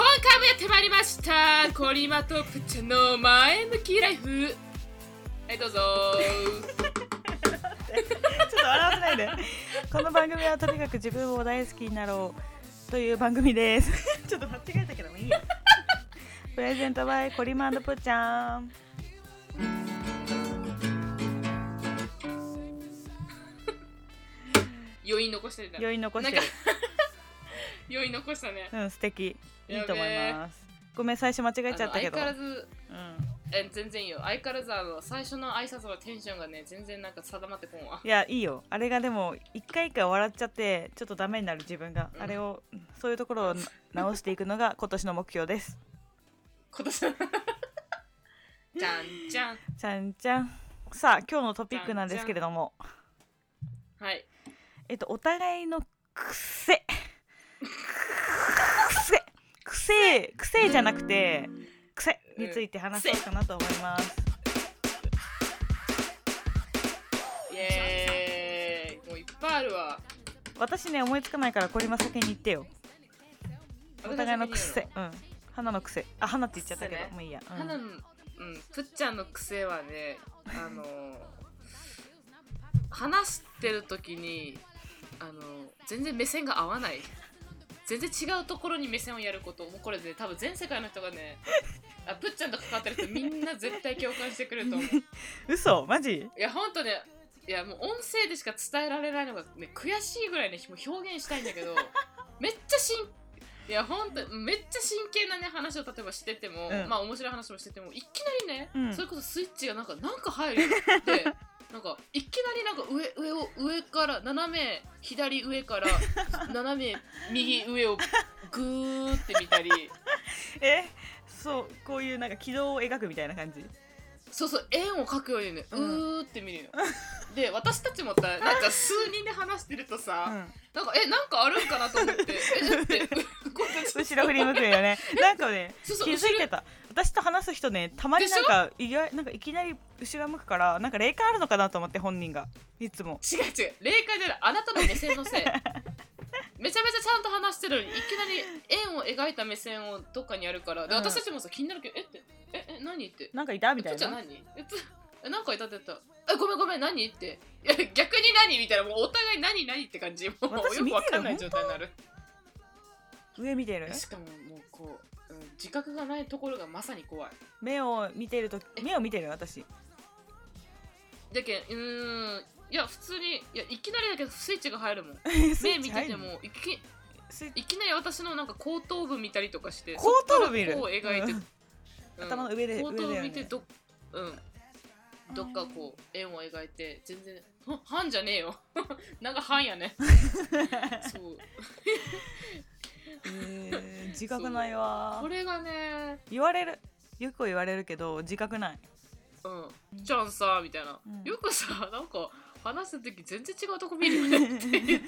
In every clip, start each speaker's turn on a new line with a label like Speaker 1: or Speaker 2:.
Speaker 1: 始まりましたコリマとプッチャの前向きライフはい どうぞ
Speaker 2: ちょっと笑わせないで。この番組はとにかく自分を大好きになろうという番組です。 ちょっと間違えたけどもいいよ。 プレゼントバイコリマンドプーちゃん。
Speaker 1: 余韻残してるな
Speaker 2: 余韻残してる。
Speaker 1: 余韻残したね
Speaker 2: うん、素敵。いいと思
Speaker 1: やべ
Speaker 2: い
Speaker 1: え
Speaker 2: ます。ごめん、最初間違えちゃったけど。
Speaker 1: あの相変わ
Speaker 2: う
Speaker 1: らず
Speaker 2: ん。
Speaker 1: え全然いいよ相変わらずあの最初の挨拶のテンションがね全然なんか定まってこんわ
Speaker 2: いや、いいよ。あれがでも、一回一回笑っちゃって、ちょっとダメになる自分が。
Speaker 1: うん
Speaker 2: あれを、そういうところを直していくのが今年の目標です。
Speaker 1: 今年 じゃんじゃん
Speaker 2: ちゃんちゃん。さあ、今日のトピックなんですけれども。
Speaker 1: はい
Speaker 2: えっと、お互いの 癖。癖。癖、癖じゃなくて、癖について話そうかなと思います。
Speaker 1: イエーイもういっぱいあるわ
Speaker 2: 私ね、思いつかないから、これ今先に言ってよ。お互いの癖。うん。鼻の癖。あ、鼻って言っちゃったけど、
Speaker 1: 癖ね
Speaker 2: もういいや。うん
Speaker 1: 花の、うん、ぷっちゃんの癖はね、あの話してる時に、あの全然目線が合わない。全然違うところに目線をやること、もうこれで、ね、多分全世界の人がね、あぷっちゃんと関わってる人みんな絶対共感してくれると思う。
Speaker 2: 嘘マジ
Speaker 1: いや、ほんとね、いや、もう音声でしか伝えられないのが、ね、悔しいぐらいね、もう表現したいんだけ ど、めっちゃしん、いや、ほんと、めっちゃ真剣なね、話を例えばしてても、
Speaker 2: うん
Speaker 1: まあ、面白い話もしてても、いきなりね、
Speaker 2: うん
Speaker 1: それこそスイッチがなんか、なんか入る よって、なんか、いきなりなんか上、上を、上から、斜め、左上から、 斜め、右上を、ぐーって見たり、
Speaker 2: えそう、こういうなんか軌道を描くみたいな感じ。
Speaker 1: そうそう円を描くようにね、う
Speaker 2: うん
Speaker 1: ーって見るので私たちもさなんか数人で話してると
Speaker 2: う
Speaker 1: さ、
Speaker 2: ん。
Speaker 1: なんかえなんかあるんかなと 思ってえって こうやって
Speaker 2: 後ろ振り向くよ ね。なんかね、
Speaker 1: そうそう
Speaker 2: 気づいてた私と話す人ねたまになんか意外なんかいきなり後ろ向くからなんか霊感あるのかなと思って本人がいつも
Speaker 1: 後ろ違う違う霊界じゃないあなたの目線のせい めちゃめちゃちゃんと話してるのにいきなり円を描いた目線をどっかにやるからで
Speaker 2: うん
Speaker 1: 私たちもさ気になるけどえってええ何って
Speaker 2: なんかいたみ
Speaker 1: え
Speaker 2: た
Speaker 1: プー
Speaker 2: い
Speaker 1: ちゃん
Speaker 2: な
Speaker 1: 何えプえなんかいたって言ったえごめんごめん何っていや逆に何みたいなもうお互い何何って感じもう
Speaker 2: 私
Speaker 1: よくわかんない
Speaker 2: 見て
Speaker 1: 状態
Speaker 2: る
Speaker 1: になる
Speaker 2: 上見てる
Speaker 1: しかももうこう、うん自覚がないところがまさに怖い
Speaker 2: 目を見てると目を見てる私
Speaker 1: だけんうーんいや普通にいやいきなりだけどスイッチが入るも ん 目見ててもいき
Speaker 2: スイッチ
Speaker 1: いきなり私のなんか後頭部見たりとかして
Speaker 2: 後頭部見る
Speaker 1: そこからこう描いて、
Speaker 2: うん
Speaker 1: うん
Speaker 2: 頭の上で
Speaker 1: 後頭
Speaker 2: 上だ
Speaker 1: 部
Speaker 2: よね
Speaker 1: 見てど,、うん、どっかこう円を描いて全然は半じゃねえよ なんか半や ねそう
Speaker 2: えー自覚ないわ
Speaker 1: これがね
Speaker 2: 言われるよく言われるけど自 覚ない
Speaker 1: うん、じゃんさみたいな、
Speaker 2: うん
Speaker 1: よくさなんか話す時全然違うとこ見るよねって言って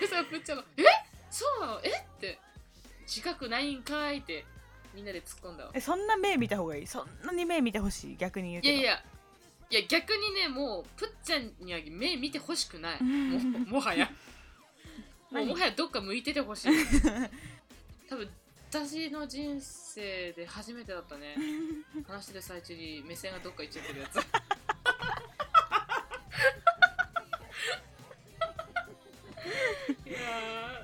Speaker 1: でさぶっちゃんが「えそうなのえっ?」て「近くないんかい」ってみんなで突っ込んだわ
Speaker 2: えそんな目見た方がいいそんなに目見てほしい逆に言う
Speaker 1: い
Speaker 2: け
Speaker 1: や
Speaker 2: ど
Speaker 1: いやいや逆にねもうぷっちゃんには目見てほしくないもうもはやもう
Speaker 2: 何
Speaker 1: もはやどっか向いててほしい 多分私の人生で初めてだったね話してる最中に目線がどっか行っちゃってるやついや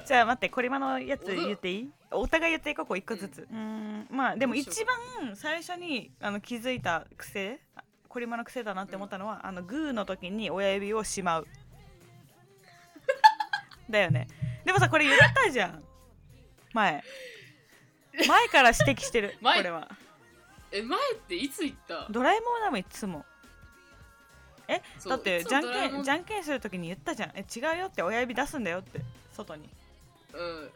Speaker 1: ー
Speaker 2: じゃあ待ってこれまのやつ言っていいお互い言っていこうこう一個ずつうーんまあでも
Speaker 1: どうしよ
Speaker 2: 一番最初にあの気づいた癖あこれまの癖だなって思ったのは、あのグーの時に親指をし まうだよねでもさこれ言ったじゃん前前から指摘してるこ
Speaker 1: 前
Speaker 2: れは
Speaker 1: え前っていつ行った
Speaker 2: ドラえもんだもんいつも
Speaker 1: そう
Speaker 2: だって
Speaker 1: いつも
Speaker 2: じゃん
Speaker 1: ドラえも
Speaker 2: けんじゃんけんする時に言ったじゃんえ違うよって親指出すんだよって外に
Speaker 1: うん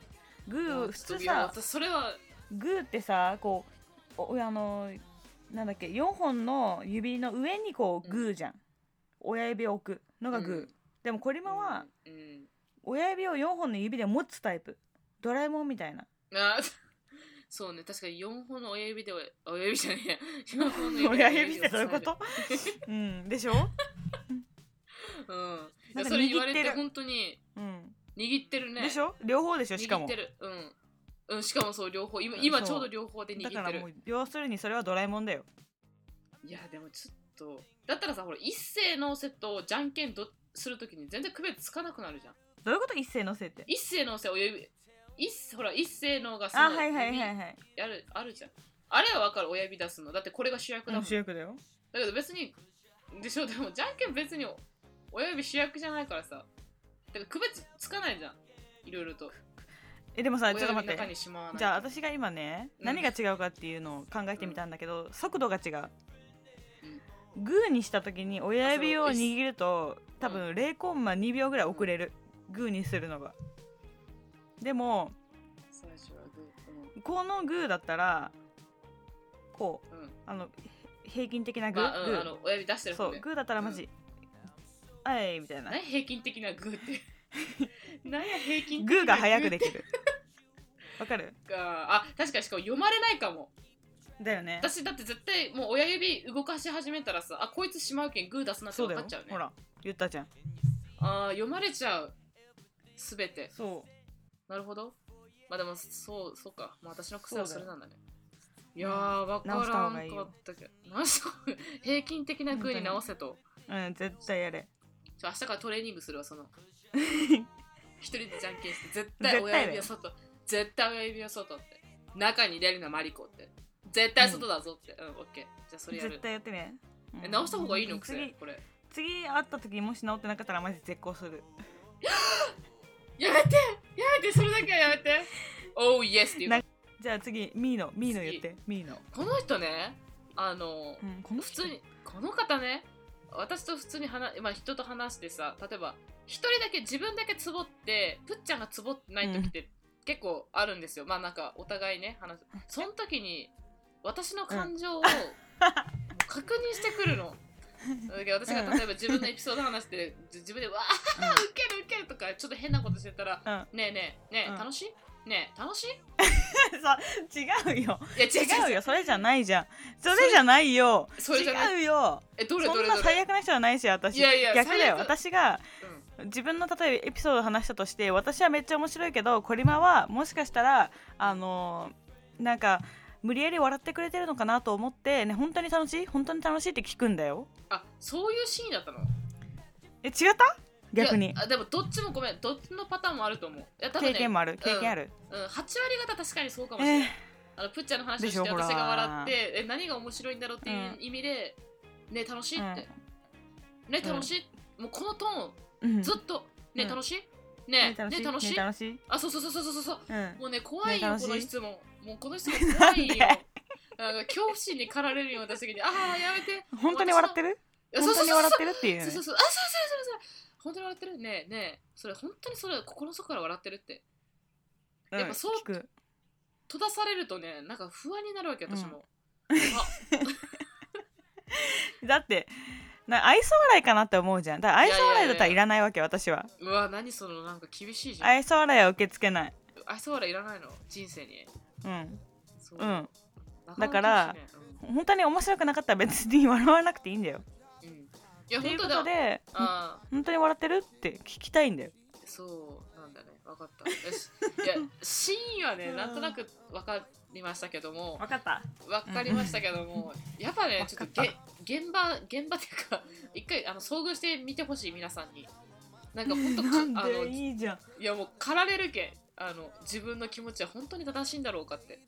Speaker 2: グ
Speaker 1: も
Speaker 2: ー
Speaker 1: う
Speaker 2: 普
Speaker 1: ちょっ
Speaker 2: 通
Speaker 1: といや
Speaker 2: さ
Speaker 1: 私それは
Speaker 2: グーってさこうおあのなんだっけ4本の指の上にこう
Speaker 1: うん
Speaker 2: グーじゃん、親指を置くのがグー、
Speaker 1: うん
Speaker 2: でもこれまは
Speaker 1: うんうん
Speaker 2: 親指を4本の指で持つタイプドラえもんみたいな
Speaker 1: あ そうね確かに4本の親指では あ親指じゃねえや4本 の
Speaker 2: 親
Speaker 1: で
Speaker 2: 指ってどういうこ
Speaker 1: 押
Speaker 2: と
Speaker 1: さ
Speaker 2: うんでしょ
Speaker 1: えるうんい
Speaker 2: な
Speaker 1: や
Speaker 2: んか
Speaker 1: それ言われ
Speaker 2: 握って
Speaker 1: て
Speaker 2: る
Speaker 1: 本当に
Speaker 2: うん
Speaker 1: 握ってるね
Speaker 2: でしょ両方でしょしか
Speaker 1: 握っ
Speaker 2: も
Speaker 1: てるうん、うん、しかもそう両方今
Speaker 2: うん
Speaker 1: 今
Speaker 2: そう
Speaker 1: ちょうど両方で握
Speaker 2: だか
Speaker 1: って
Speaker 2: らも
Speaker 1: る
Speaker 2: う要するにそれはドラえもんだよ
Speaker 1: いやでもちょっとだったらさほら一斉のセットをじゃんけんどするときに全然区別つかなくなるじゃん
Speaker 2: どういうこと一斉のせいって
Speaker 1: 一斉のせおよび一ほら一斉のがさ
Speaker 2: あはいはいはいはい
Speaker 1: やるあるじゃんあれはわかる親指出すのだってこれが主役だもん
Speaker 2: うん主役だよ
Speaker 1: だけど別にでしょでもじゃんけん別に親指主役じゃないからさだから区別つかないじゃんいろいろと
Speaker 2: えでもさちょ
Speaker 1: 親
Speaker 2: っと
Speaker 1: 指の
Speaker 2: 待っ
Speaker 1: 中
Speaker 2: て
Speaker 1: にしまわない
Speaker 2: じゃあ私が今ね
Speaker 1: うん
Speaker 2: 何が違うかっていうのを考えてみたんだけど、速度が違う、グーにした時に親指を握ると多分0コンマ2秒ぐらい遅れる、グーにするのがでも
Speaker 1: 最初はグ
Speaker 2: このグーだったらこう
Speaker 1: ーうんうん
Speaker 2: あのへ平均的なグー,、
Speaker 1: まあ、う
Speaker 2: グ
Speaker 1: ん、
Speaker 2: ー
Speaker 1: あの親指出してる
Speaker 2: そ
Speaker 1: 方
Speaker 2: う
Speaker 1: ね
Speaker 2: グーだったらマジ「あい」みたいな
Speaker 1: 何平均的なグーって 何や平均的な
Speaker 2: グーが早く
Speaker 1: で
Speaker 2: できるわかる
Speaker 1: あ確かにしかも読まれないかも
Speaker 2: だよね
Speaker 1: 私だって絶対もう親指動かし始めたらさあこいつしまうけんグー出すなって
Speaker 2: そう
Speaker 1: 分
Speaker 2: だ
Speaker 1: か
Speaker 2: よ
Speaker 1: っちゃうね
Speaker 2: ほら言ったじゃん
Speaker 1: あー読まれちゃうすべて
Speaker 2: そ
Speaker 1: なるほどまあでもそうそうか、まあ、私の癖は
Speaker 2: そう
Speaker 1: それ
Speaker 2: だよ
Speaker 1: なんだねいやー分から
Speaker 2: 直した方
Speaker 1: ん
Speaker 2: がいい
Speaker 1: か
Speaker 2: よ
Speaker 1: ったけど直した方が 平均的なグーに直せと
Speaker 2: ううん絶対やれ
Speaker 1: ちょ明日からトレーニングするわ その一人でじゃんけんして絶対
Speaker 2: 絶対だ
Speaker 1: 親
Speaker 2: よ
Speaker 1: 指は外絶対親指は外って中に入れるなマリコって絶対外だぞってうん、オッケーじゃあそれや
Speaker 2: 絶
Speaker 1: る
Speaker 2: 対やってね、う
Speaker 1: え
Speaker 2: ん
Speaker 1: 直した方がいいの癖
Speaker 2: 次
Speaker 1: これ
Speaker 2: 次会った時もし治ってなかったらマジ絶好する
Speaker 1: やめてやめてそれだけはやめ て Oh yes って言う
Speaker 2: なじゃあ次ミーノミーノ言ってミーノ、
Speaker 1: この人ねあの
Speaker 2: うん、この
Speaker 1: 普
Speaker 2: 人
Speaker 1: 通にこの方ね私と普通に話、まあ、人と話してさ例えば一人だけ自分だけツボってぷっちゃんがツボってない時って結構あるんですよ、まあなんかお互いね話すその時に私の感情 をもう確認してくるの。だけど私が例えば自分のエピソード話してじ自分で「わあウケるウケる」とかちょっと変なことしてたら
Speaker 2: う
Speaker 1: 「
Speaker 2: ん
Speaker 1: ねえねえねえ、
Speaker 2: うん
Speaker 1: 楽しいねえ楽しい?」
Speaker 2: そう違うよ
Speaker 1: いや違う
Speaker 2: 違う
Speaker 1: 違う
Speaker 2: よそれじゃないじゃんそれじゃないよ
Speaker 1: それじゃない
Speaker 2: 違うよ
Speaker 1: えどれ
Speaker 2: そ
Speaker 1: ど
Speaker 2: ん
Speaker 1: れど
Speaker 2: な
Speaker 1: れ
Speaker 2: 最悪な人はないし私
Speaker 1: いやいや
Speaker 2: 逆だよ
Speaker 1: 最悪
Speaker 2: 私が
Speaker 1: うん
Speaker 2: 自分の例えばエピソードを話したとして私はめっちゃ面白いけどコリマはもしかしたらあのーなんか無理やり笑ってくれてるのかなと思って、ね、本当に楽しい本当に楽しいって聞くんだよ
Speaker 1: あそういうシーンだったの
Speaker 2: え違った逆
Speaker 1: い
Speaker 2: に
Speaker 1: やあでもどっちもごめんどっちのパターンもあると思ういや多分、ね、
Speaker 2: 経験もある経験ある、
Speaker 1: うん、8割方確かにそうかもしれ
Speaker 2: え
Speaker 1: ない、あのプッチャーの話を
Speaker 2: で
Speaker 1: し
Speaker 2: してょ
Speaker 1: 私が
Speaker 2: ほら
Speaker 1: 笑ってえ何が面白いんだろうっていう
Speaker 2: う
Speaker 1: 意味で、ね楽しいって、ね
Speaker 2: うん
Speaker 1: 楽しい、もうこのト
Speaker 2: ーうん
Speaker 1: ーンずっと、ね
Speaker 2: うん
Speaker 1: 楽しいねね楽しい,、
Speaker 2: ね楽しい
Speaker 1: あそうそうそうそうそうそう
Speaker 2: うん
Speaker 1: もうね怖い
Speaker 2: ね
Speaker 1: よ、
Speaker 2: 楽し
Speaker 1: こ
Speaker 2: い
Speaker 1: の質問もうこの質 問怖いよ
Speaker 2: なんで
Speaker 1: なんか恐怖心に駆られるような時にああやめて
Speaker 2: 本当に笑ってる
Speaker 1: 私の
Speaker 2: 本当に笑ってるっていう
Speaker 1: そうそうそうあそうそうそうそう本当に笑ってるねえねえそれ本当にそれ心の底から笑ってるって
Speaker 2: うん
Speaker 1: やっぱそう
Speaker 2: 聞く
Speaker 1: 閉ざされるとねなんか不安になるわけ私も、あ
Speaker 2: だってな愛想笑いかなって思うじゃんだから愛想笑いだったらいらないわけ私は
Speaker 1: うわ何そのなんか厳しいじゃん
Speaker 2: 愛想笑いは受け付けない
Speaker 1: 愛想笑いいらないの人生に
Speaker 2: うん
Speaker 1: そう
Speaker 2: うん
Speaker 1: な
Speaker 2: だから
Speaker 1: 厳しいね
Speaker 2: 本当に面白くなかったら別に 笑わなくていいんだよ
Speaker 1: うん、うん、いや
Speaker 2: と
Speaker 1: 本
Speaker 2: いうこ
Speaker 1: 当だ
Speaker 2: とでほん
Speaker 1: あ
Speaker 2: 本当に笑ってるって聞きたいんだよ
Speaker 1: ーそうなんだね分かったよしい や真意はねなんとなく分かりましたけども
Speaker 2: わかった
Speaker 1: わかりましたけども、やっぱね、ちょっと
Speaker 2: わ
Speaker 1: げ現場、現場っていうか、一回あの遭遇してみてほしい、皆さんに。なんか本当
Speaker 2: なん
Speaker 1: か、あの、
Speaker 2: で
Speaker 1: い
Speaker 2: いいじゃん
Speaker 1: やもう、かられるけん、あの、自分の気持ちは本当に正しいんだろうか って。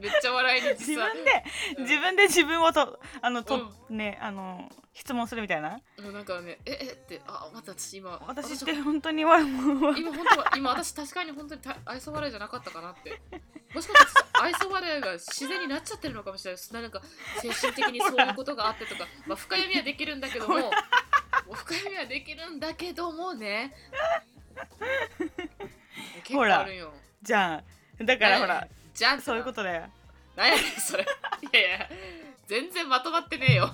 Speaker 1: めっちゃ笑いに
Speaker 2: 自
Speaker 1: 実は
Speaker 2: 分で
Speaker 1: うん
Speaker 2: 自分で自分をとあのと、ねあの質問するみたいな
Speaker 1: うんなんかね、え、えって、あ、待って、私今、
Speaker 2: 私って本当に笑う
Speaker 1: 今本当は今私確かに本当にた愛想笑いじゃなかったかなってもしかしたら愛想笑いが自然になっちゃってるのかもしれないですなんか精神的にそういうことがあってとか、まあ、深読みはできるんだけどももう深読みはできるんだけどもね結構あるよ
Speaker 2: じゃんだからほら
Speaker 1: じゃん
Speaker 2: そういうことだよ
Speaker 1: 何やねんそれいやいや全然まとまってねえよ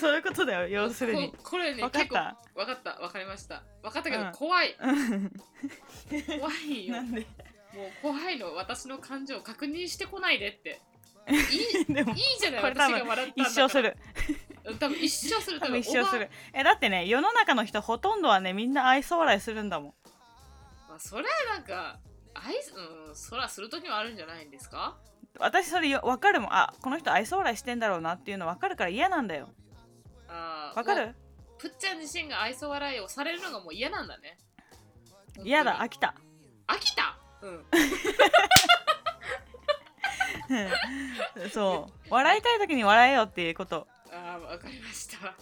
Speaker 2: そういうことだよ要するに
Speaker 1: ここれね
Speaker 2: 分かっ
Speaker 1: 結構
Speaker 2: た
Speaker 1: 分かった分かりました分かったけど
Speaker 2: うん
Speaker 1: 怖い、
Speaker 2: うん
Speaker 1: 怖いよ
Speaker 2: なんで
Speaker 1: もう怖いの私の感情を 確認してこないでっていい
Speaker 2: で
Speaker 1: い
Speaker 2: も
Speaker 1: いじゃない
Speaker 2: これ多
Speaker 1: 私
Speaker 2: 分
Speaker 1: が笑ったんだから
Speaker 2: 一生する
Speaker 1: 多分一生する多
Speaker 2: 多分
Speaker 1: 分
Speaker 2: 一生するえだってね世の中の人ほとんどはねみんな愛想笑いするんだもん
Speaker 1: おばまあ、それはなんか愛うんそらする時もあるんじゃないんですか
Speaker 2: 私それよ分かるもんあこの人愛想笑いしてんだろうなっていうの分かるから嫌なんだよ
Speaker 1: あー
Speaker 2: 分か
Speaker 1: もう
Speaker 2: る
Speaker 1: ぷっちゃん自身が愛想笑いをされるのがもう嫌なんだね
Speaker 2: 嫌だ
Speaker 1: 本
Speaker 2: 飽きた
Speaker 1: 当に飽きたうん
Speaker 2: うんそう笑いたい時に笑えよっていうこと
Speaker 1: ああわかりました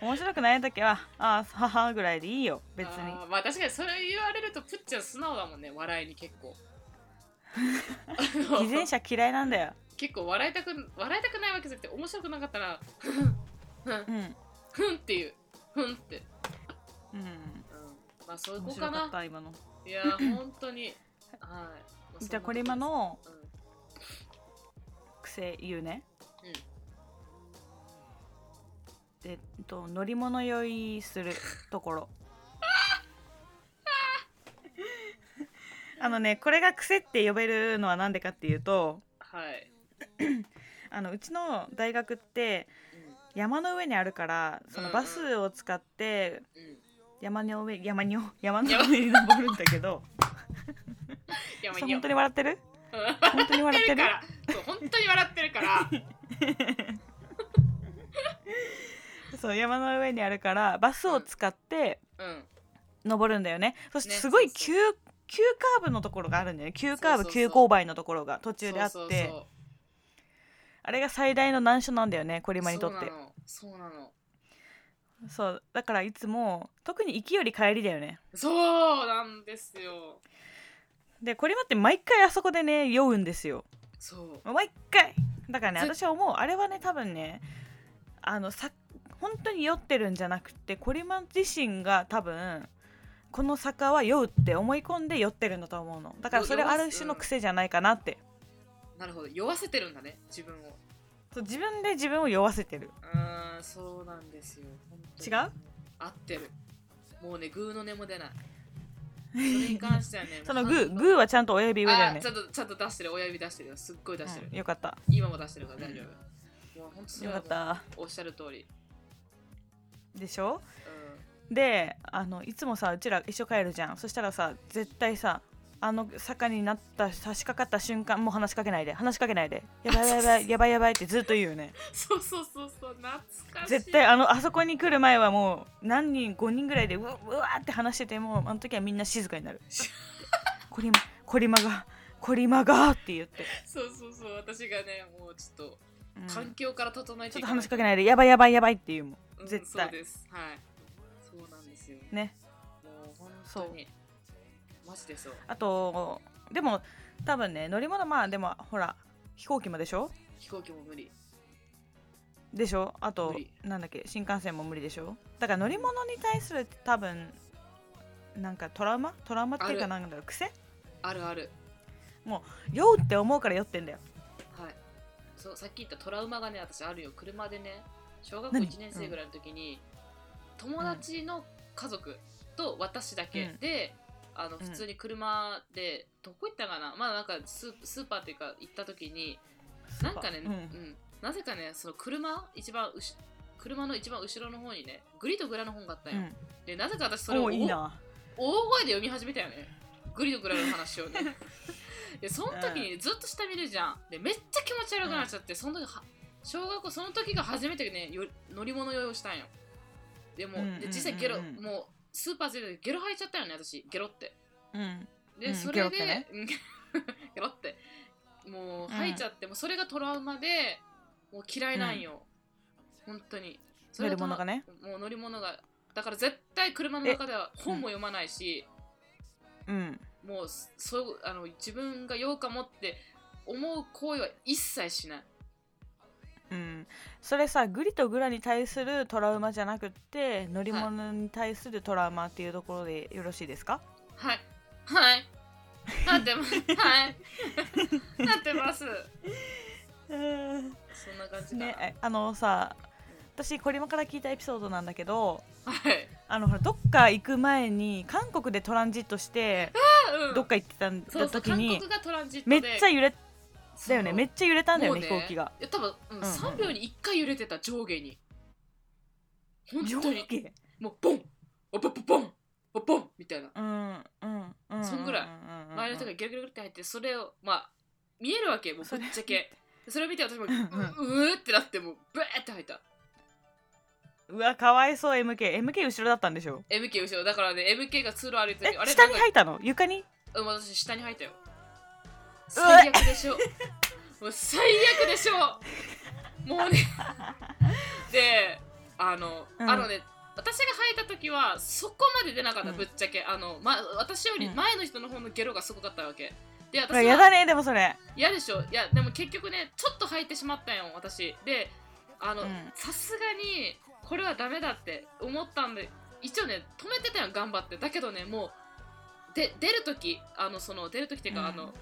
Speaker 2: 面白くない時はあーははぐらいでいいよ別に
Speaker 1: あーまあ確かにそれ言われるとプッちゃん素直だもんね笑いに結構 あの
Speaker 2: 偽善者嫌いな んだよ
Speaker 1: 結構笑いたく笑いたくないわけじゃなくて面白くなかったらふん
Speaker 2: うんうん
Speaker 1: ふんっていうふんって、うん、まあそういう
Speaker 2: 面
Speaker 1: 子
Speaker 2: 白
Speaker 1: か
Speaker 2: かっ
Speaker 1: な
Speaker 2: た今の
Speaker 1: いやー本当にはい
Speaker 2: じゃあこれ今、の
Speaker 1: まあそんなとこ
Speaker 2: 癖言うね
Speaker 1: うん
Speaker 2: えっと乗り物酔いするとこ ろあのねこれが癖って呼べるのは何でかっていうと
Speaker 1: ですはい、
Speaker 2: あのうちの大学って
Speaker 1: うん
Speaker 2: 山の上にあるからそのバスを使って
Speaker 1: うん
Speaker 2: 山の上山に 山の上に登るんだけど
Speaker 1: いやまあ
Speaker 2: そ
Speaker 1: いういよ
Speaker 2: 本当に笑っ てる
Speaker 1: うん
Speaker 2: 本当に笑って
Speaker 1: 笑ってる
Speaker 2: る
Speaker 1: からそう本当に笑ってるから
Speaker 2: そう山の上にあるからバスを使って
Speaker 1: うん
Speaker 2: 登るんだよねそして
Speaker 1: ね
Speaker 2: すごい
Speaker 1: そう
Speaker 2: 急急カーブのところがあるんだよね急カーブ
Speaker 1: そうそうそう
Speaker 2: 急勾配のところが途中であって
Speaker 1: そうそうそう
Speaker 2: あれが最大の難所なんだよねコリマにとって
Speaker 1: そうなのそうなの
Speaker 2: そうだからいつも特に行きより帰りだよね
Speaker 1: そうなんですよ
Speaker 2: でコリマって毎回あそこでね酔うんですよ
Speaker 1: そう
Speaker 2: 毎回だからね
Speaker 1: ず
Speaker 2: 私は思うあれはね多分ねあのさ本当に酔ってるんじゃなくてコリマ自身が多分この坂は酔うって思い込んで酔ってるんだと思うのだからそれ
Speaker 1: 酔わ
Speaker 2: あ
Speaker 1: す
Speaker 2: る種の癖じゃないかなって、
Speaker 1: なるほど酔わせてるんだね自分を
Speaker 2: そう自分で自分を酔わせてる
Speaker 1: あーそうなんですよ本当
Speaker 2: 違
Speaker 1: に
Speaker 2: う
Speaker 1: 合ってるもうねグーの音も 出ないそれに関してはね
Speaker 2: その
Speaker 1: も
Speaker 2: グ
Speaker 1: う
Speaker 2: ーグーはちゃんと親指上だよ
Speaker 1: あ
Speaker 2: ね
Speaker 1: ーちゃんとちゃんと出してる親指出してるよすっごい出してる、
Speaker 2: うんよかった
Speaker 1: 今も出してるから大丈夫もう本当それ
Speaker 2: よ
Speaker 1: は
Speaker 2: かった
Speaker 1: おっしゃる通り
Speaker 2: でしょ
Speaker 1: うん
Speaker 2: であのいつもさうちら一緒帰るじゃんそしたらさ絶対さあの坂になった差し掛かった瞬間もう話しかけないで話しかけないでやばいやばいやばいやばいってずっと言うよね
Speaker 1: そうそうそうそう懐かしい
Speaker 2: 絶対あのあそこに来る前はもう何人5人ぐらいでうわうわーって話しててもあの時はみんな静かになるコリマコリマがコリマがって言って、
Speaker 1: そうそうそう私がねもうちょっと
Speaker 2: うんちょ
Speaker 1: 環境から整えて
Speaker 2: っと話しかけ
Speaker 1: い
Speaker 2: ないでやばいやばいやばいって言うもん
Speaker 1: とうん
Speaker 2: 絶対
Speaker 1: そうですはいそうなんですよ
Speaker 2: ね
Speaker 1: もう本
Speaker 2: そ
Speaker 1: 当
Speaker 2: う
Speaker 1: にマジでそう
Speaker 2: あとでも多分ね乗り物まあでもほら飛行機もでしょ
Speaker 1: 飛行機も無理
Speaker 2: でしょあと
Speaker 1: 無理
Speaker 2: なんだっけ新幹線も無理でしょだから乗り物に対する多分なんかトラウマトラウマっていう
Speaker 1: あ
Speaker 2: か
Speaker 1: る
Speaker 2: なんだろう癖
Speaker 1: あるある
Speaker 2: 酔うって思うから酔ってんだよ
Speaker 1: はいそうさっき言ったトラウマがね私あるよ車でね小学校
Speaker 2: 何
Speaker 1: 1年生ぐらいの時に、友達の家族と私だ
Speaker 2: う
Speaker 1: け
Speaker 2: ん
Speaker 1: で、あの
Speaker 2: うん
Speaker 1: 普通に車でどこ行ったかなまあなんかスースーパーっていうか行った時になんかね、
Speaker 2: う
Speaker 1: うんんなぜかねその車一番うし車の一番後ろの方にねグリとグラの本があったんよ、でなぜか私それ
Speaker 2: うん、
Speaker 1: を
Speaker 2: おーいいな
Speaker 1: 大声で読み始めたよねグリとグラの話をね でその時にずっと下見るじゃんでめっちゃ気持ち悪くなっちゃって、その時は小学校その時が初めてねよ乗り物酔いをしたんよでも、
Speaker 2: うんうんうんうん
Speaker 1: で実際ゲロもうスーパー全でゲロ吐いちゃったよね私ゲロって
Speaker 2: うん
Speaker 1: で、
Speaker 2: うん
Speaker 1: それで
Speaker 2: ゲロってね
Speaker 1: うん ゲロってもう吐いちゃって、もうそれがトラウマでもう嫌いなんよ、本当にそれ
Speaker 2: 乗り
Speaker 1: トラ
Speaker 2: 物がね
Speaker 1: もう乗り物がだから絶対車の中では本も読まないし、
Speaker 2: うん
Speaker 1: もうそそうあの自分が酔うかもって思う行為は一切しない
Speaker 2: うん、それさグリとグラに対するトラウマじゃなくって乗り物に対するトラウマっていうところでよろしいですか
Speaker 1: はいはいなってますはいなってますそんな感じかな、
Speaker 2: ねえあのさ私これから聞いたエピソードなんだけど
Speaker 1: はい
Speaker 2: あのほらどっか行く前に韓国でトランジットして
Speaker 1: あうん
Speaker 2: どっか行ってたん
Speaker 1: そう
Speaker 2: だ
Speaker 1: そう
Speaker 2: 時
Speaker 1: 韓
Speaker 2: に
Speaker 1: 国がトランジット
Speaker 2: め
Speaker 1: で
Speaker 2: っちゃ揺れだよねめっちゃ揺れたんだよね
Speaker 1: もう
Speaker 2: 飛行機が
Speaker 1: いや多分、うん
Speaker 2: んうん
Speaker 1: 3秒に1回揺れてた上下に本
Speaker 2: 上
Speaker 1: 当に
Speaker 2: 下
Speaker 1: もうボンおぼぼボンおボンみたいな、
Speaker 2: うんうんうん
Speaker 1: そんぐらい周りの人が
Speaker 2: が
Speaker 1: ギョロギョロって入ってそれをまあ見えるわけもうぶっちゃけそれを見て私もうううーってなってもうブーって入った
Speaker 2: うわかわいそう MKMK 後ろだったんでしょ
Speaker 1: MK 後ろだからね MK が通路歩いて
Speaker 2: え
Speaker 1: る時あれ
Speaker 2: 下に
Speaker 1: なんか
Speaker 2: 入ったの床に
Speaker 1: うん私下に入ったよ
Speaker 2: うえ
Speaker 1: 最悪でしょもう最悪でしょもうね であの、
Speaker 2: うん
Speaker 1: あのね私が履いた時はそこまで出なかった、
Speaker 2: うん
Speaker 1: ぶっちゃけあの、ま、私より
Speaker 2: うん
Speaker 1: 前の人の方のゲロがすごかったわけで
Speaker 2: うわ
Speaker 1: 私
Speaker 2: や
Speaker 1: は
Speaker 2: だねでもそれ
Speaker 1: 嫌でしょいやでも結局ねちょっと履いてしまったんよ私であの
Speaker 2: うん
Speaker 1: さすがにこれはダメだって思ったんで一応ね止めてたよ頑張ってだけどねもうで出る時あのその出る時っていうか、
Speaker 2: うん
Speaker 1: あの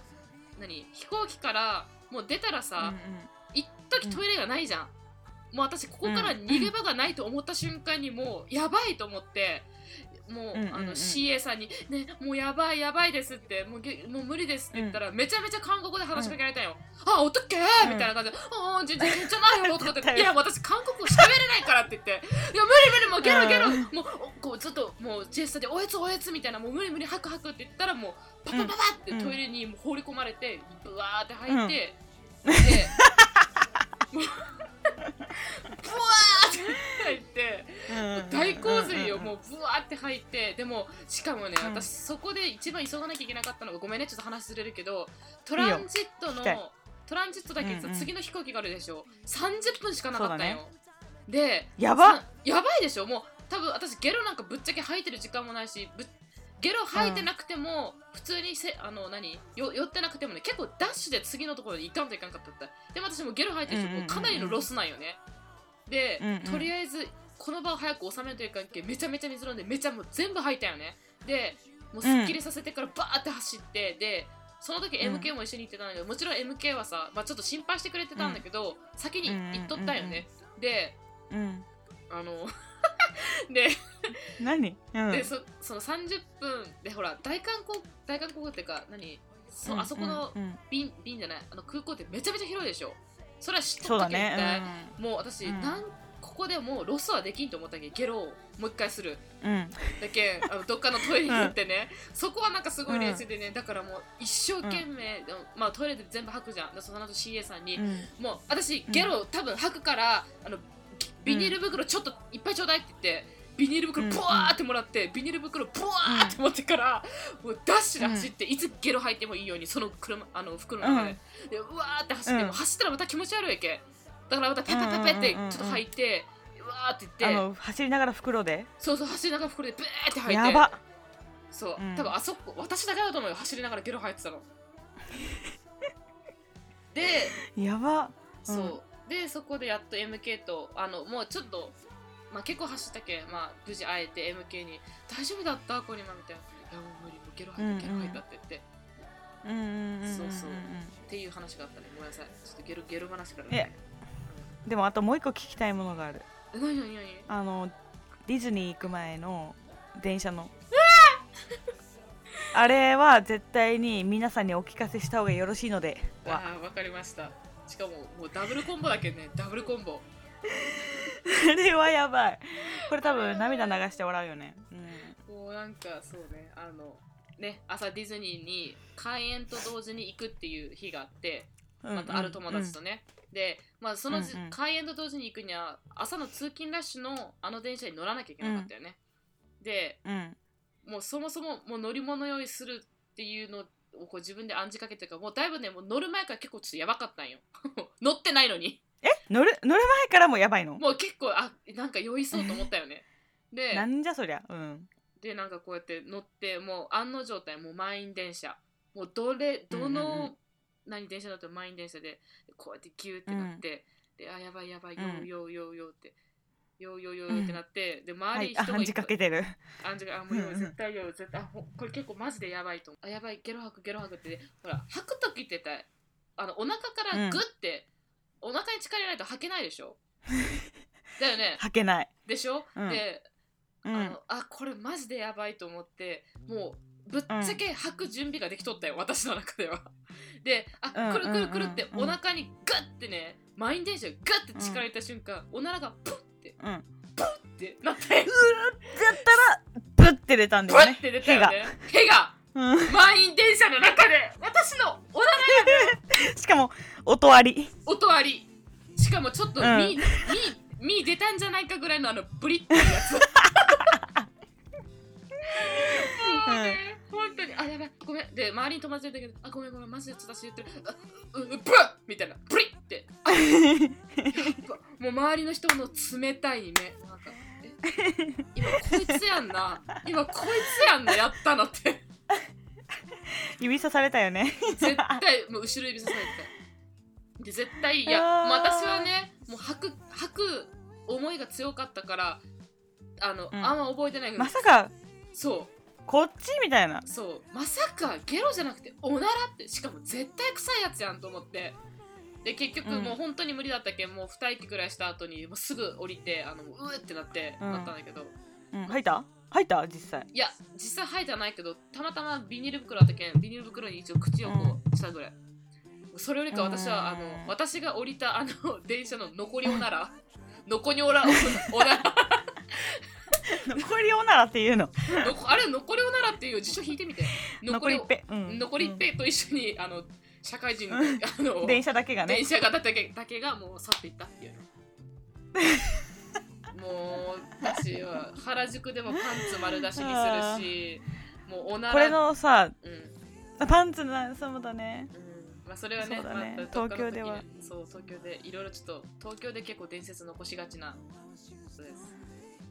Speaker 1: 何飛行機からもう出たら
Speaker 2: うんう
Speaker 1: さ、
Speaker 2: ん
Speaker 1: 一時トイレがないじゃん、もう私ここから逃げ場がないと思った瞬間にもうやばいと思ってもう、
Speaker 2: うんうんうん
Speaker 1: あの CA さんに「ねもうやばいやばいです」ってもうげ「もう無理です」って言ったら、めちゃめちゃ韓国語で話しかけられたんよ「あおっとっけー」
Speaker 2: うん
Speaker 1: みたいな感じで「おーじゃじゃじゃないよ」とかって「
Speaker 2: 絶対
Speaker 1: いや私韓国語喋れないから」って言って「いや無理無理もうゲロゲロ、
Speaker 2: うん
Speaker 1: もうおこうずっともうジェスチャーで「おやつおやつ」みたいな「もう無理無理ハクハク」って言ったらもうパパパパって
Speaker 2: うん
Speaker 1: トイレにもう放り込まれてブワー って入って。で、もうブワーって入って、大洪水をもうブワーって入って、でも、しかもね、
Speaker 2: うん
Speaker 1: 私、そこで一番急がなきゃいけなかったのが、ごめんね、ちょっと話ずれるけど、トランジット
Speaker 2: 聞
Speaker 1: の
Speaker 2: きたい、
Speaker 1: トランジットだけ
Speaker 2: うんうん
Speaker 1: 次の飛行機があるでしょ、30分しかなかったよ。
Speaker 2: そ
Speaker 1: で、
Speaker 2: やば
Speaker 1: さやばいでしょ、もう、多分私、ゲロなんかぶっちゃけ吐いてる時間もないし、ぶっゲロ吐いてなくても、普通にせあの何よ寄ってなくてもね結構ダッシュで次のところに行かんといかんかったったでも私もゲロ吐いてる人、
Speaker 2: うんうんうんうん
Speaker 1: かなりのロスなんよねで、
Speaker 2: うんうん
Speaker 1: とりあえずこの場を早く収めんといかんけめちゃめちゃ水飲んでめちゃもう全部吐いたよねでもうすっきりさせてからバーって走って、でその時
Speaker 2: うん
Speaker 1: MK も一緒に行ってたんだけど、もちろん MK はさ、まあ、ちょっと心配してくれてたんだけど、先に行っとったよね、で
Speaker 2: うん
Speaker 1: あ ので
Speaker 2: 何うん
Speaker 1: でそその30分でほら大韓航大韓航空っていうか何そ、
Speaker 2: うん
Speaker 1: あそこの
Speaker 2: うん
Speaker 1: 便便じゃないあの空港ってめちゃめちゃ広いでしょそれは知っ
Speaker 2: そ
Speaker 1: と
Speaker 2: う
Speaker 1: った
Speaker 2: だ
Speaker 1: けど、ね
Speaker 2: ね
Speaker 1: もう私、
Speaker 2: うん
Speaker 1: なんここでもうロスはできんと思ったけどゲロをもう一回する
Speaker 2: うんうん
Speaker 1: だけんあのどっかのトイレに行ってね、そこはなんかすごい冷静でねだからもう一生懸命、でもまあトイレで全部吐くじゃんでその後 CA さんに、
Speaker 2: うん
Speaker 1: もう私ゲロ多分吐くからあのビビニール袋ちょっといっぱいちょうだいって言ってビニール袋
Speaker 2: うん
Speaker 1: ブワーってもらってビニール袋ブワーって持ってからもうダッシュで走っていつゲロ吐いてもいいようにその車あの袋の中ででうわーって走って
Speaker 2: うん
Speaker 1: もう走ったらまた気持ち悪いけだからまたペペペペってちょっと吐いてうわーって
Speaker 2: あ
Speaker 1: 言って
Speaker 2: の走りながら袋で
Speaker 1: そうそう走りながら袋でブーって吐いて
Speaker 2: やば
Speaker 1: そう、
Speaker 2: うん
Speaker 1: 多分あそこ私だけだと思うよ走りながらゲロ吐いて たので
Speaker 2: やば
Speaker 1: そう、
Speaker 2: うん
Speaker 1: でそこでやっと MK とあのもうちょっと、まあ、結構走ったけん、まあ、無事会えて MK に「大丈夫だったコニマ」みたいな「いやもう無理もうゲロ入ったゲロ入った」って言って、っ
Speaker 2: うんうんうん
Speaker 1: そうそうん
Speaker 2: ん
Speaker 1: ていう話があったねごめんなさいちょっとゲロゲロ話から
Speaker 2: えんでもあともう一個聞きたいものがある
Speaker 1: え何何何
Speaker 2: あのディズニー行く前の電車のあれは絶対に皆さんにお聞かせした方がよろしい のでは
Speaker 1: ああ分かりましたしかももうダブルコンボだけんねダブルコンボ
Speaker 2: あれはやばいこれ多分涙流して笑うよね、うん、
Speaker 1: もうなんかそうねあのね朝ディズニーに開園と同時に行くっていう日があってまたある友達とね、で、まあ、そのじ、
Speaker 2: うんうん
Speaker 1: 開園と同時に行くには朝の通勤ラッシュのあの電車に乗らなきゃいけなかったよね、で
Speaker 2: うんうん
Speaker 1: もうそもそももう乗り物用意するっていうのをこう自分で暗示かけてるからもうだいぶねもう乗る前から結構ちょっとやばかったんよ 乗ってないのに
Speaker 2: 乗る乗る前からもうやばいの
Speaker 1: もう結構あなんか酔いそうと思ったよねで
Speaker 2: なんじゃそりゃうん
Speaker 1: でなんかこうやって乗ってもう案の定態もう満員電車もうどれどの、
Speaker 2: うんうんうん
Speaker 1: 何電車だっても満員電車でこうやってギューってなって、であやばいやばいよ
Speaker 2: うん
Speaker 1: うようようようってようようようようってなって、で
Speaker 2: は
Speaker 1: 周り
Speaker 2: い
Speaker 1: 人
Speaker 2: あ
Speaker 1: が
Speaker 2: 暗示かけてる
Speaker 1: 暗示があもうよ
Speaker 2: う
Speaker 1: う
Speaker 2: んうん
Speaker 1: 絶対よう絶対あほこれ結構マジでやばいと思うあやばいゲロ吐くゲロ吐くって、ほら吐く時ってたあのお腹からグッて、お腹に力入れないと吐けないでしょだよね
Speaker 2: はけない
Speaker 1: でしょ、
Speaker 2: うん
Speaker 1: であ
Speaker 2: うん
Speaker 1: のあこれマジでやばいと思ってもうぶっちゃけ履く準備ができとったよ、私の中ではであくるくるくるって
Speaker 2: うんうん
Speaker 1: お
Speaker 2: うんうん
Speaker 1: 腹にガッてね満員電車がガッて力入れた瞬間、おならがプッて
Speaker 2: うん。だっ
Speaker 1: ってなって
Speaker 2: たら、ぶって出たんだ
Speaker 1: ブ
Speaker 2: よ
Speaker 1: ッ
Speaker 2: ね。
Speaker 1: て出たよね屁が
Speaker 2: うん。
Speaker 1: 満員電車の中で私のおなら
Speaker 2: しかも、音あり。
Speaker 1: 音ありしかもちょっと
Speaker 2: う
Speaker 1: み、
Speaker 2: ん
Speaker 1: みみ出たんじゃないかぐらいのあのブリッていうやつもうね、本当にあやばいごめんで周りに友達がいたけどあごめんごめんマジで私言ってるあううブッみたいなブリッって あもう周りの人の冷たい目なんかえ今こいつやんな今こいつやんなやったのって
Speaker 2: 指さされたよね。
Speaker 1: 絶対もう後ろ指さされてで絶対いや
Speaker 2: あー
Speaker 1: もう私はねもう吐く吐く思いが強かったからあの、
Speaker 2: うん
Speaker 1: あんま覚えてないけど、
Speaker 2: まさか、
Speaker 1: そ
Speaker 2: こっちみたいな
Speaker 1: う。そうまさかゲロじゃなくておならってしかも絶対臭いやつやんと思ってで結局
Speaker 2: うん
Speaker 1: もう本当に無理だったけん、もう二息ぐらいした後にもうすぐ降りてあのうーってなって、
Speaker 2: うん
Speaker 1: なったんだけど
Speaker 2: うん、吐いた吐いた実際。
Speaker 1: いや実際吐いてはないけどたまたまビニール袋だったけんビニール袋に一応口をこうしたぐらい、それよりか私はあ
Speaker 2: うん
Speaker 1: の私が降りたあの電車の残りおなら残りおらおなら
Speaker 2: 残りおならっていうの。
Speaker 1: のこあれ残りおならっていう辞書引いてみて
Speaker 2: 残り
Speaker 1: お
Speaker 2: っぺ。うん
Speaker 1: 残りっ。ぺと一緒にあの社会人のあ
Speaker 2: う
Speaker 1: の
Speaker 2: ん電車だけがね
Speaker 1: 電。車がだけだけがもう去っていったっていうのもう私は原宿でもパンツ丸出しにするしもうおなら
Speaker 2: これのさ、
Speaker 1: うん
Speaker 2: パンツな、そうだね。
Speaker 1: うんまあそれはね
Speaker 2: そうだね
Speaker 1: まあ
Speaker 2: 東京では
Speaker 1: そう東京でいろいろちょっと東京で結構伝説残しがちな そうです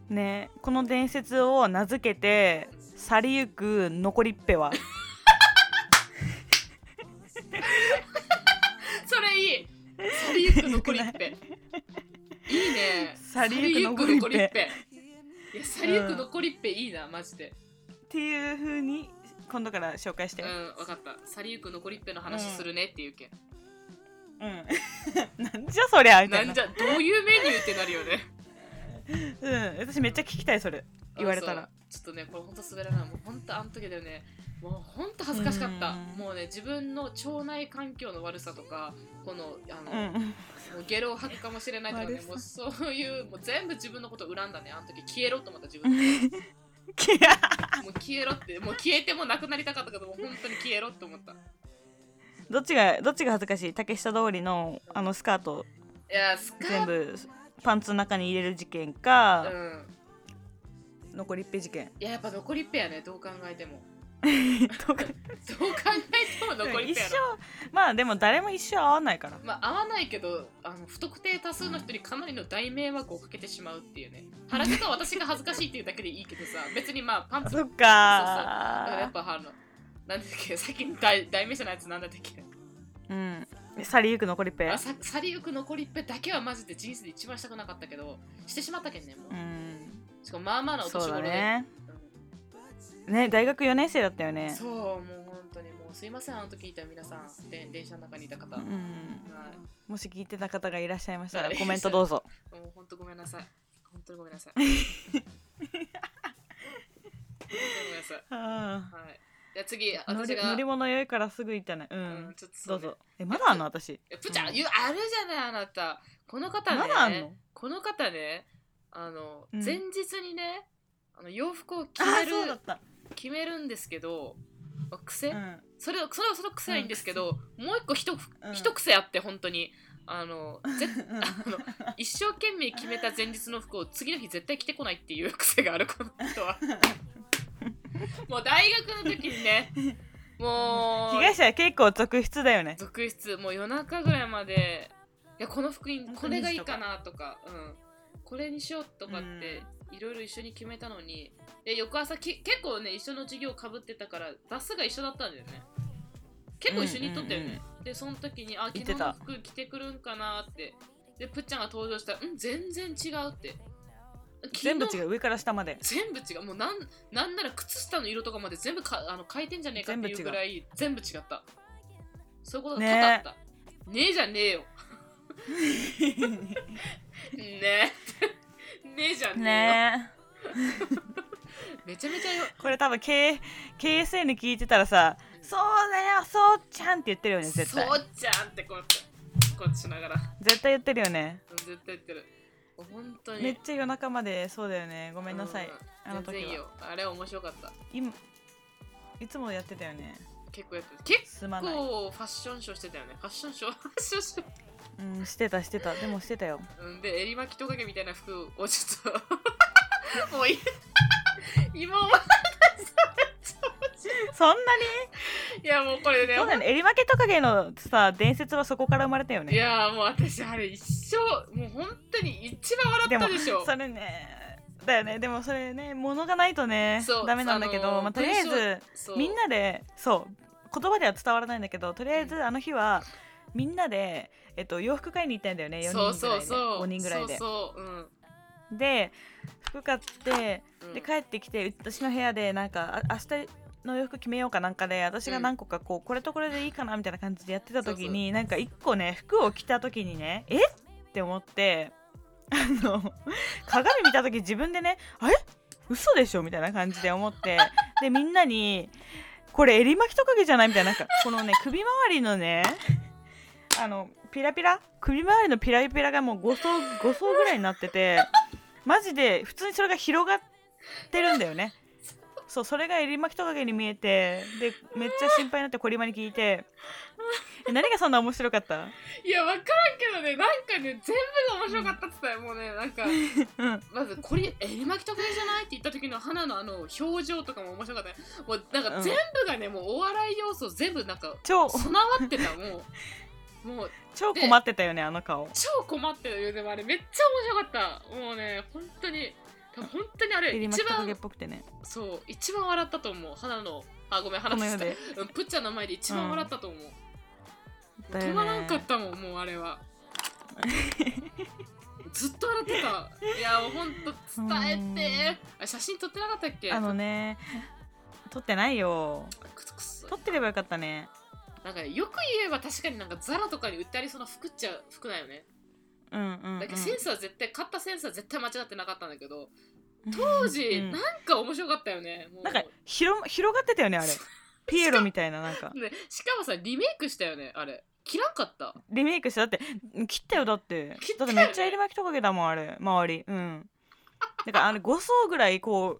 Speaker 2: ねこの伝説を名付けて、去りゆく残りっ ぺは。
Speaker 1: それい い去りゆく残りっぺいいね
Speaker 2: 去りゆく残りっぺ
Speaker 1: 去りゆく残いや去りゆく残りっぺいいなマジで
Speaker 2: っていう風に、今度から紹介し
Speaker 1: う
Speaker 2: て。
Speaker 1: ん分かった去りゆく残りっぺの話するねっていうけん、
Speaker 2: うん。 なんじゃそりゃみた
Speaker 1: ない
Speaker 2: なん
Speaker 1: じ。ゃどういうメニューってなるよね
Speaker 2: うん。私めっちゃ聞きたい、それ。言われた
Speaker 1: あ
Speaker 2: ら。
Speaker 1: そうちょっとねこれほんと滑らないもうほんとあの時だよねもうほんと恥ずかしかった
Speaker 2: うん
Speaker 1: もうね自分の腸内環境の悪さとかこのあの、
Speaker 2: うん。
Speaker 1: もうゲロを吐くかもしれないとかね
Speaker 2: 悪さ
Speaker 1: もうそういうもう全部自分のこと恨んだねあの時消えろと思った自分で
Speaker 2: いや
Speaker 1: もう消えろってもう消えてもなくなりたかったけどもう本当に消えろって思ったい
Speaker 2: どっちが、どっちが恥ずかしい竹下通りの、あのスカート、
Speaker 1: やスカ
Speaker 2: 全
Speaker 1: ート
Speaker 2: 部、パンツの中に入れる事件か、
Speaker 1: うん
Speaker 2: 残りっぺ事件
Speaker 1: いややっぱ残りっぺやねどう考え ても
Speaker 2: とか
Speaker 1: どう考えても残りっ
Speaker 2: 一
Speaker 1: ぺや
Speaker 2: 生
Speaker 1: ろ
Speaker 2: まあでも誰も一生会わないから
Speaker 1: まあ合わないけどあの不特定多数の人にかなりの大迷惑をかけてしまうっていうね原宿は私が恥ずかしいっていうだけでいいけど さ別にまあパンツ
Speaker 2: そっ
Speaker 1: だからやっ
Speaker 2: か
Speaker 1: ぱあのなんだっけさっきの題題名じゃないやつなんだったっけ
Speaker 2: うん去りゆく残りっぺ
Speaker 1: あさ去りゆく残りっぺだけはマジで人生で一番したくなかったけどしてしまったけんねもう、
Speaker 2: うん
Speaker 1: しかもまあまあなお
Speaker 2: そ
Speaker 1: 年
Speaker 2: う
Speaker 1: 頃
Speaker 2: だ
Speaker 1: で
Speaker 2: ねね大学4年生だったよ
Speaker 1: うん
Speaker 2: ね
Speaker 1: そうもう本当にもうすいませんあの時いた皆さんで電車の中にいた方、
Speaker 2: う
Speaker 1: はい
Speaker 2: んもし聞いてた方がいらっしゃいました
Speaker 1: は
Speaker 2: ら
Speaker 1: い
Speaker 2: コメント どうぞ
Speaker 1: もう本当ごめんなさい本当にごめんな さい本当にごめんなさい
Speaker 2: うん
Speaker 1: はいじゃあ次
Speaker 2: 乗
Speaker 1: 私
Speaker 2: り
Speaker 1: が
Speaker 2: 乗り物酔いからすぐ行ったねう
Speaker 1: うん
Speaker 2: ん
Speaker 1: ちょっとそ
Speaker 2: ど
Speaker 1: う
Speaker 2: う
Speaker 1: ね
Speaker 2: ぞえまだあんの私
Speaker 1: えプチャ、
Speaker 2: うん
Speaker 1: ゆあるじゃないあなたこの方ね
Speaker 2: まだあんの
Speaker 1: この方ねあの、
Speaker 2: うん
Speaker 1: 前日にねあの洋服を決
Speaker 2: あ
Speaker 1: める
Speaker 2: そうだった
Speaker 1: 決めるんですけど、まあ癖、
Speaker 2: うん
Speaker 1: それをそれはその癖はいいんですけど、もう一個ひと、
Speaker 2: うん
Speaker 1: 一癖あって本当にあのぜ
Speaker 2: うん
Speaker 1: あの一生懸命決めた前日の服を次の日絶対着てこないっていう癖があるこの人 はもう大学の時にねも
Speaker 2: 被
Speaker 1: う
Speaker 2: 害者は結構続出だよね
Speaker 1: 続出もう夜中ぐらいまでいやこの服に
Speaker 2: 本
Speaker 1: こ
Speaker 2: 当
Speaker 1: れ
Speaker 2: に
Speaker 1: がいいかなとか、うん、これにしようとかっていろいろ一緒に決めたのにで翌朝き結構ね一緒の授業かぶってたからバスが一緒だったんだよね結構一緒に行っとったよね、
Speaker 2: うんうん
Speaker 1: でその時にあ昨日
Speaker 2: 行ってた
Speaker 1: の服着てくるんかなってでぷっちゃんが登場したら「うん全然違う」って
Speaker 2: 全部
Speaker 1: 昨日
Speaker 2: 違う上から下 まで
Speaker 1: 全部違うもうなんなんなら靴下の色とかまで全部かあの変えてんじゃねえかっていうぐらい全部違ったそういうことが多々あったねえじゃねえよ ねえねえじゃね
Speaker 2: ねえ
Speaker 1: えよめちゃめちゃよ
Speaker 2: これ多分 K KSN 聞いてたらさそうだよそうちゃんって言ってるよね絶
Speaker 1: そ
Speaker 2: 対
Speaker 1: うちゃんってこうやってこうやってしながら
Speaker 2: 絶対言ってるよね
Speaker 1: うん絶対言ってる本当に
Speaker 2: めっちゃ夜中までそうだよねごめんなさい、
Speaker 1: うん
Speaker 2: あの
Speaker 1: 全
Speaker 2: 時
Speaker 1: 然いい
Speaker 2: は
Speaker 1: よあれ面白かった
Speaker 2: 今いつもやってたよね
Speaker 1: 結構やってた結
Speaker 2: すまない、
Speaker 1: 構ファッションショーしてたよねファッションショーファッションショ
Speaker 2: うん、してたしてたでもしてたよ
Speaker 1: ーうんで襟巻きトカゲみたいな服をちょっと もうい今は
Speaker 2: そんない
Speaker 1: やもうこれね
Speaker 2: にそうだよねエリマケトカゲのさ伝説はそこから生まれたよ
Speaker 1: い
Speaker 2: ね
Speaker 1: やーもう私あれ一生もう本当に一番笑ったでしょ
Speaker 2: それねだよねでもそれね物がないとね
Speaker 1: そう
Speaker 2: ダメなんだけど、
Speaker 1: あのー
Speaker 2: まあ、とりあえず
Speaker 1: そう
Speaker 2: みんなでそう言葉では伝わらないんだけどとりあえずあの日はみんなで、えっと、洋服買いに行ったんだよね4人ぐらいで
Speaker 1: そうそうそう
Speaker 2: 5人ぐらいで
Speaker 1: そうそううん
Speaker 2: で服買って
Speaker 1: うん
Speaker 2: で帰ってきて私の部屋でなんかあ明日の洋服決めようかなんかで私が何個かこうこれとこれでいいかなみたいな感じでやってた時になんか1個ね服を着た時にねえって思ってあの鏡見た時自分でねあれ嘘でしょみたいな感じで思ってでみんなにこれ襟巻きトカゲじゃないみたいななんかこのね首周りのねあのピラピラ首周りのピラピラがもう5層5層ぐらいになっててマジで普通にそれが広がってるんだよねそうそれが襟巻きトカゲに見えてでめっちゃ心配になってコリマに聞いてえ何がそんな面白かった
Speaker 1: いや分からんけどねなんかね全部が面白かったって言ったよもうねなんか
Speaker 2: うん
Speaker 1: まずこれ襟巻き特有じゃないって言った時の花のあの表情とかも面白かったねもうなん
Speaker 2: う
Speaker 1: か
Speaker 2: ん
Speaker 1: 全部がね、もうお笑い要素全部なんか
Speaker 2: 超
Speaker 1: 備わってた もうもう
Speaker 2: 超困ってたよねあの顔
Speaker 1: 超困ってるよでもあれめっちゃ面白かったもうね本当に多分本当にあれ
Speaker 2: 襟巻
Speaker 1: 一
Speaker 2: きトカゲっ
Speaker 1: 番
Speaker 2: ぽくてね
Speaker 1: そう一番笑ったと思う花のあごめん
Speaker 2: こ
Speaker 1: 花
Speaker 2: の
Speaker 1: で
Speaker 2: 世
Speaker 1: した
Speaker 2: で
Speaker 1: うんプッチャーの前で一番笑ったと思う、
Speaker 2: だよね
Speaker 1: 止まらんかったもんもうあれ はずっと笑ってたいやもうほんと伝えてあ写真撮ってなかったっけ
Speaker 2: あのね撮ってないよ
Speaker 1: くそくそ
Speaker 2: 撮ってればよかったね
Speaker 1: なんかよく言えば確かになんかザラとかに売ってありそうな服っちゃ服だよね
Speaker 2: うんうん、うん、
Speaker 1: だけどセンスは絶対買ったセンスは絶対間違ってなかったんだけど当時
Speaker 2: うん
Speaker 1: なんか面白かったよねもう
Speaker 2: なんか広広がってたよねあれピエロみたいななんか
Speaker 1: ねしかもさリメイクしたよねあれ切らんかった
Speaker 2: リメイクしてだって切ったよだって
Speaker 1: 切った
Speaker 2: だっ
Speaker 1: よ
Speaker 2: て
Speaker 1: ね
Speaker 2: めっちゃ襟巻きトカゲだもんあれ周りうんだからあれ5層ぐらいこう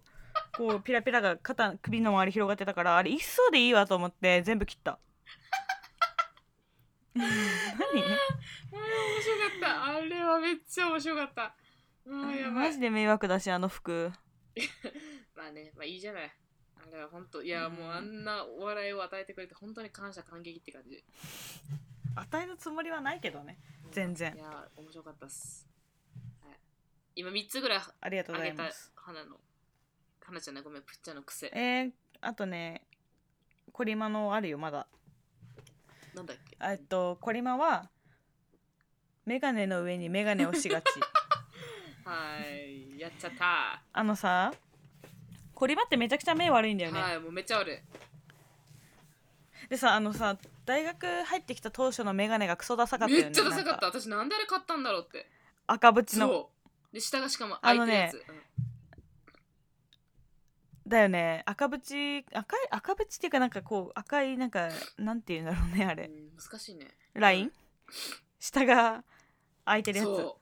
Speaker 2: こうピラピラが肩首の周り広がってたからあれ1層でいいわと思って全部切った うん
Speaker 1: あれ面白かったあれはめっちゃ面白かったあーや
Speaker 2: 何
Speaker 1: ば
Speaker 2: マ
Speaker 1: い
Speaker 2: ジで迷惑だしあの服
Speaker 1: まあね、まあいいじゃない。あれは本当、いや、
Speaker 2: うん
Speaker 1: もうあんなお笑いを与えてくれて、本当に感謝感激って感じ。
Speaker 2: 与えるつもりはないけどね全然
Speaker 1: いや、面白かったっす。はい、今3つぐらい
Speaker 2: ありがとう
Speaker 1: あ
Speaker 2: ござ
Speaker 1: げ
Speaker 2: い
Speaker 1: た
Speaker 2: ます
Speaker 1: 花の、花ちゃんのごめん、プッチャの癖。
Speaker 2: えー、あとねコリマのあるよまだ
Speaker 1: なんだっけ
Speaker 2: えっとコリマはメガネの上にメガネをしがち
Speaker 1: はい、やっちゃった。
Speaker 2: あのさコリマってめちゃくちゃ目悪いんだよね、
Speaker 1: はい、もうめっちゃ悪い。
Speaker 2: でさあのさ大学入ってきた当初のメガネがクソダサかったよ
Speaker 1: め
Speaker 2: ね
Speaker 1: っちゃダサか
Speaker 2: な
Speaker 1: っ
Speaker 2: ん
Speaker 1: た。私、なんであれ買ったんだろうって。
Speaker 2: 赤縁の
Speaker 1: そう。で、下がしかも開いてるやつ。うん
Speaker 2: だよね赤縁赤い赤縁っていうかなんかこう赤いなんかなんていうんだろうねあれ
Speaker 1: うん難しいね。
Speaker 2: ライン下が開いてるやつ
Speaker 1: そ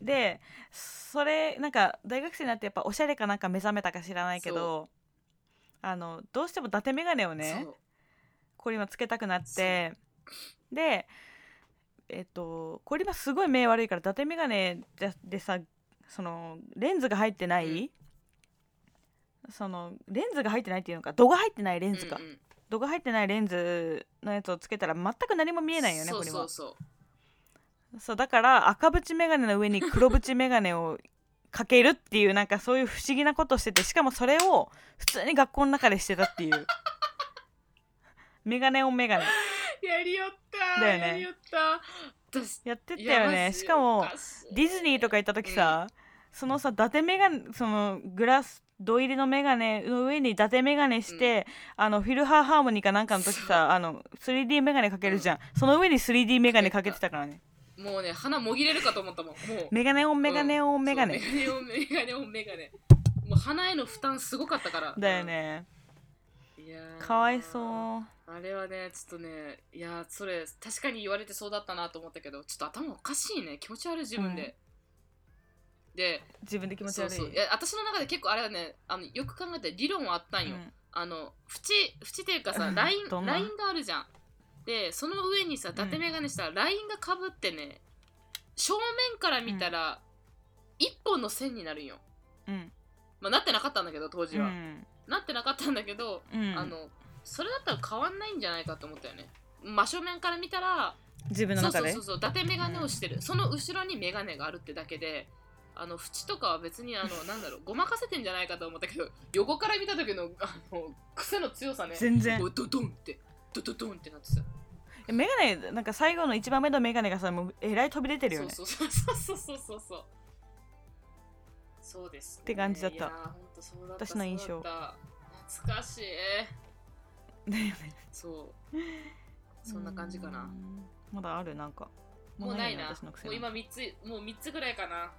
Speaker 2: でそれなんか大学生になってやっぱおしゃれかなんか目覚めたか知らないけどあのどうしても伊達眼鏡を
Speaker 1: う。
Speaker 2: ね
Speaker 1: そう
Speaker 2: コリマつけたくなってでえっとコリマすごい目悪いから伊達眼鏡ででさそのレンズが入ってない、そのレンズが入ってないっていうのか度が入ってないレンズか、
Speaker 1: うんうん
Speaker 2: 度が入ってないレンズのやつをつけたら全く何も見えないよね
Speaker 1: そ
Speaker 2: コ
Speaker 1: う
Speaker 2: リマ
Speaker 1: そうそう。
Speaker 2: そうだから赤縁眼鏡の上に黒縁眼鏡をかけるっていうなんかそういう不思議なことをしててしかもそれを普通に学校の中でしてたっていう 眼鏡オン眼鏡
Speaker 1: やりよった
Speaker 2: だよね
Speaker 1: やりよった私
Speaker 2: やってたよねしかもディズニーと
Speaker 1: か
Speaker 2: か行った時さ、そのさ伊達眼鏡そのグラス土入りの眼鏡の上に伊達眼鏡して、あのフィルハーハーモニーかなんかの時さあの 3D 眼鏡かけるじゃん、その上に 3D 眼鏡かけてたからね
Speaker 1: もうね鼻もぎれるかと思ったもんもう
Speaker 2: 眼鏡オン眼鏡オン眼鏡
Speaker 1: そうメガネオンメガネオンメガネもう鼻への負担すごかったから
Speaker 2: だよね、
Speaker 1: いやー
Speaker 2: かわいそう
Speaker 1: あれはねちょっとねいやーそれ確かに言われてそうだったなと思ったけどちょっと頭おかしいね気持ち悪い自分で、で
Speaker 2: 自分で気持ち
Speaker 1: そう
Speaker 2: 悪い
Speaker 1: そういや私の中で結構あれはねあのよく考えて理論はあったんよ、あの縁縁っていうかさライ
Speaker 2: どん
Speaker 1: ン
Speaker 2: な
Speaker 1: ラインがあるじゃんでその上にさ伊達眼鏡したらラインがかぶってね正面から見たら一本の線になるんよ、
Speaker 2: うんうん
Speaker 1: まあ、なってなかったんだけど当時は、
Speaker 2: うん
Speaker 1: なってなかったんだけど、
Speaker 2: うん
Speaker 1: あのそれだったら変わんないんじゃないかと思ったよね真正面から見たら
Speaker 2: 自分の
Speaker 1: そう
Speaker 2: 中
Speaker 1: そう
Speaker 2: で
Speaker 1: そうそう伊達眼鏡をしてる、その後ろに眼鏡があるってだけであの縁とかは別にあ のなんだろうごまかせてんじゃないかと思ったけど横から見た時のあの癖の強さね
Speaker 2: 全然
Speaker 1: こうドドンってドドドンってなってた
Speaker 2: メガネなんか最後の一番目のメガネがさもうえらい飛び出てるよね
Speaker 1: そうそうそうそうそうそうそうそうです、ね、
Speaker 2: って感じだった
Speaker 1: いやーほんとそうだった
Speaker 2: 私の印象
Speaker 1: そうだった懐かしい
Speaker 2: だよね
Speaker 1: そうそんな感じかな
Speaker 2: うんまだあるなんか
Speaker 1: もうないな。
Speaker 2: 私の癖
Speaker 1: もう今3つ、もう3つぐらいかな。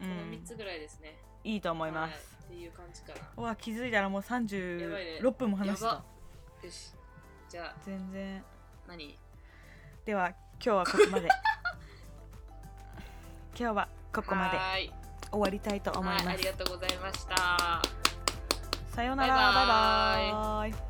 Speaker 2: う
Speaker 1: もうん3つぐらいですね。
Speaker 2: いいと思います、
Speaker 1: はいっていう感じかな。
Speaker 2: うわ気づいたらもう
Speaker 1: やばいね
Speaker 2: 36分も話して
Speaker 1: や
Speaker 2: た
Speaker 1: ばよし。じゃあ、
Speaker 2: 全然
Speaker 1: 何
Speaker 2: では今日はここ まで今日はここまで
Speaker 1: はーい。
Speaker 2: 終わりたいと思い
Speaker 1: は
Speaker 2: ま
Speaker 1: いあり
Speaker 2: す
Speaker 1: がとうございました。
Speaker 2: さようなら
Speaker 1: バイバイ
Speaker 2: バイバイ